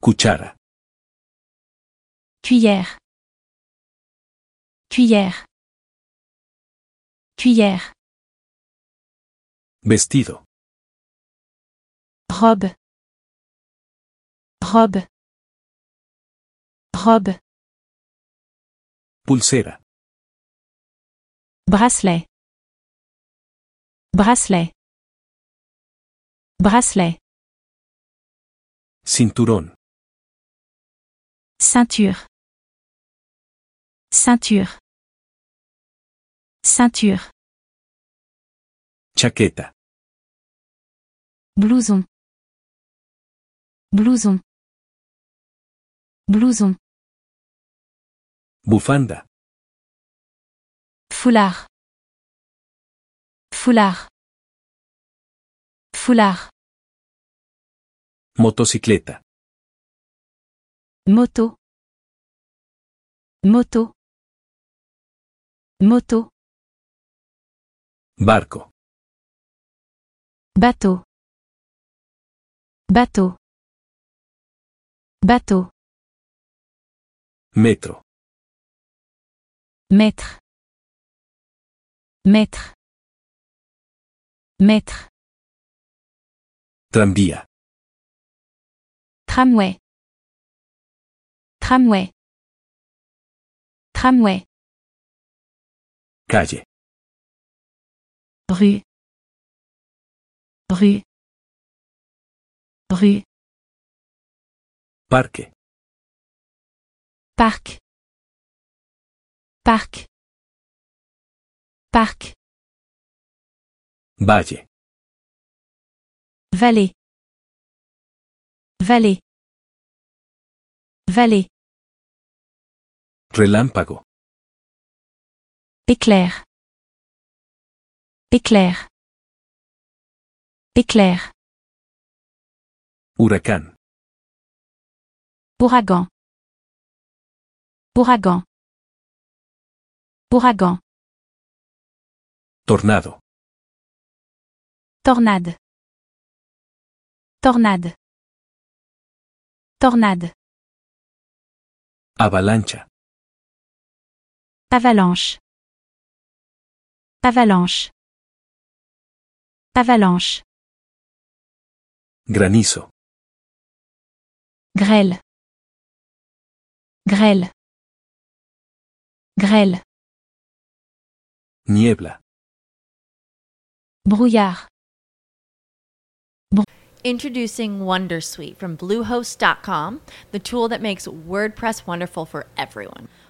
cuchara, Cuillère. Cuillère. Cuillère. vestido, Robe. Robe. Robe. pulsera, Bracelet. Bracelet. Bracelet. cinturón, Ceinture. Ceinture. Ceinture. chaqueta, Blouson. Blouson. Blouson. bufanda, Foulard. Foulard. Foulard. motocicleta, Moto. Moto. Moto. barco, Bateau. Bateau. Bateau. metro, Maître. Maître. Maître. tranvía, Tramway. Tramway. Tramway. calle, Rue. Rue. Rue. parque, Parc. Parc. Parc. valle, Vallée. Vallée. Vallée. relámpago, Éclair. Éclair. Éclair. huracán, Ouragan. Ouragan. Ouragan. tornado, Tornade. Tornade. Tornade. avalancha, Avalanche. Avalanche. Avalanche. granizo, Grêle. Grêle. Grêle. niebla, Brouillard. Introducing Wondersuite from Bluehost.com, the tool that makes WordPress wonderful for everyone.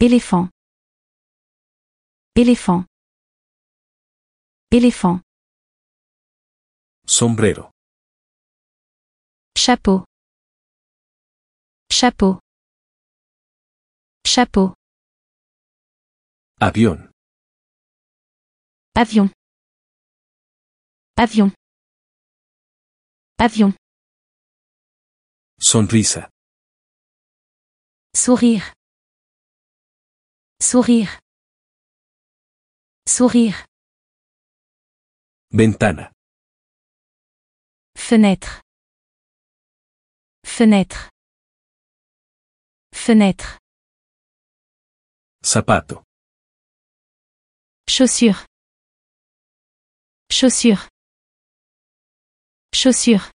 Éléphant. Éléphant. Éléphant. Sombrero. Chapeau. Chapeau. Chapeau. Avión. Avion. Avion. Avion. Sonrisa. Sourire. Sourire. Sourire. Ventana. Fenêtre. Fenêtre. Fenêtre. Zapato. Chaussure. Chaussure. Chaussure.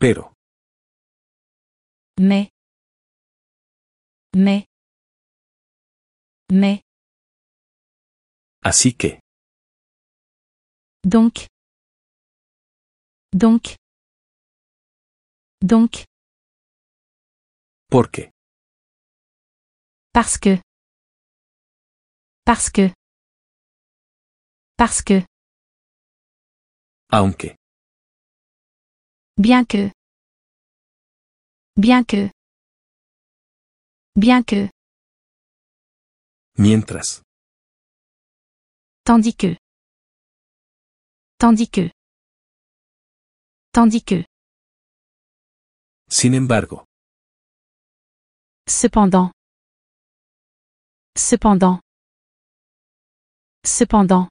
Pero. Mais. Mais. Mais. Así que. Donc. Donc. Donc. Porque. Parce que. Parce que. Parce que. Aunque. Bien que. Bien que. Bien que. Mientras. Tandis que. Tandis que. Tandis que. Sin embargo. Cependant. Cependant. Cependant.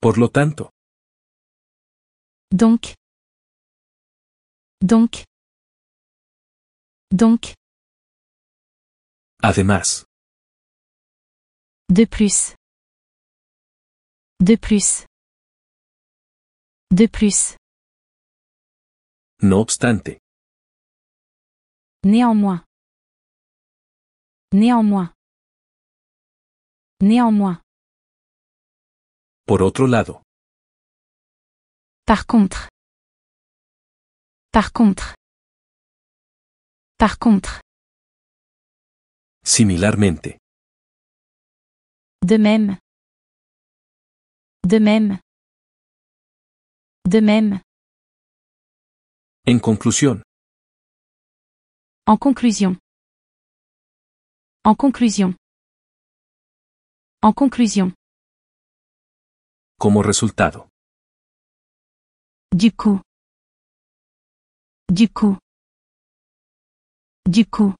Por lo tanto. Donc. Donc. Donc. Además. De plus. De plus. De plus. No obstante. Néanmoins. Néanmoins. Néanmoins. Por otro lado. Par contre. Par contre. Par contre. Similarmente. De même. De même. De même. En conclusión. En conclusion. En conclusion. En conclusion. Como resultado. Du coup. Du coup. Du coup.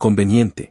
Conveniente.